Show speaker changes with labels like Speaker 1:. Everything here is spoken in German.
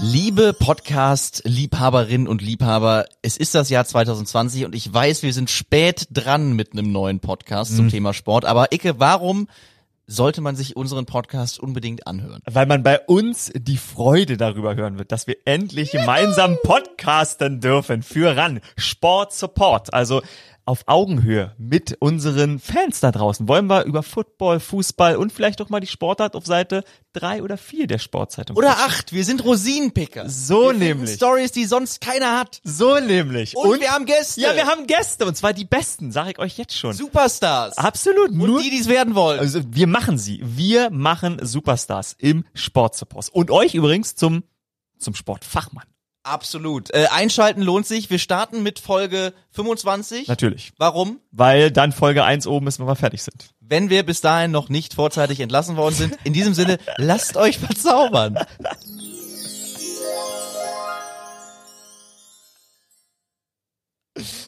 Speaker 1: Liebe Podcast-Liebhaberinnen und Liebhaber, es ist das Jahr 2020 und ich weiß, wir sind spät dran mit einem neuen Podcast
Speaker 2: Mhm.
Speaker 1: zum Thema Sport. Aber Icke, warum sollte man sich unseren Podcast unbedingt anhören?
Speaker 2: Weil man bei uns die Freude darüber hören wird, dass wir endlich gemeinsam podcasten dürfen für RAN. Sport Support. Also auf Augenhöhe mit unseren Fans da draußen. Wollen wir über Football, Fußball und vielleicht auch mal die Sportart auf Seite drei oder vier der Sportzeitung.
Speaker 1: Oder acht, wir sind Rosinenpicker.
Speaker 2: So
Speaker 1: wir finden
Speaker 2: nämlich.
Speaker 1: Stories, die sonst keiner hat.
Speaker 2: so nämlich.
Speaker 1: Und, wir haben Gäste.
Speaker 2: ja, wir haben Gäste und zwar die besten, sag ich euch jetzt schon.
Speaker 1: Superstars.
Speaker 2: Absolut. nur
Speaker 1: und die, die es werden wollen.
Speaker 2: also wir machen sie. Wir machen Superstars im Sportsupport. Und euch übrigens zum, zum Sportfachmann.
Speaker 1: Absolut. Äh, einschalten lohnt sich. Wir starten mit Folge 25.
Speaker 2: Natürlich.
Speaker 1: Warum?
Speaker 2: Weil dann Folge 1 oben ist, wenn wir fertig sind.
Speaker 1: Wenn wir bis dahin noch nicht vorzeitig entlassen worden sind. In diesem Sinne, lasst euch verzaubern.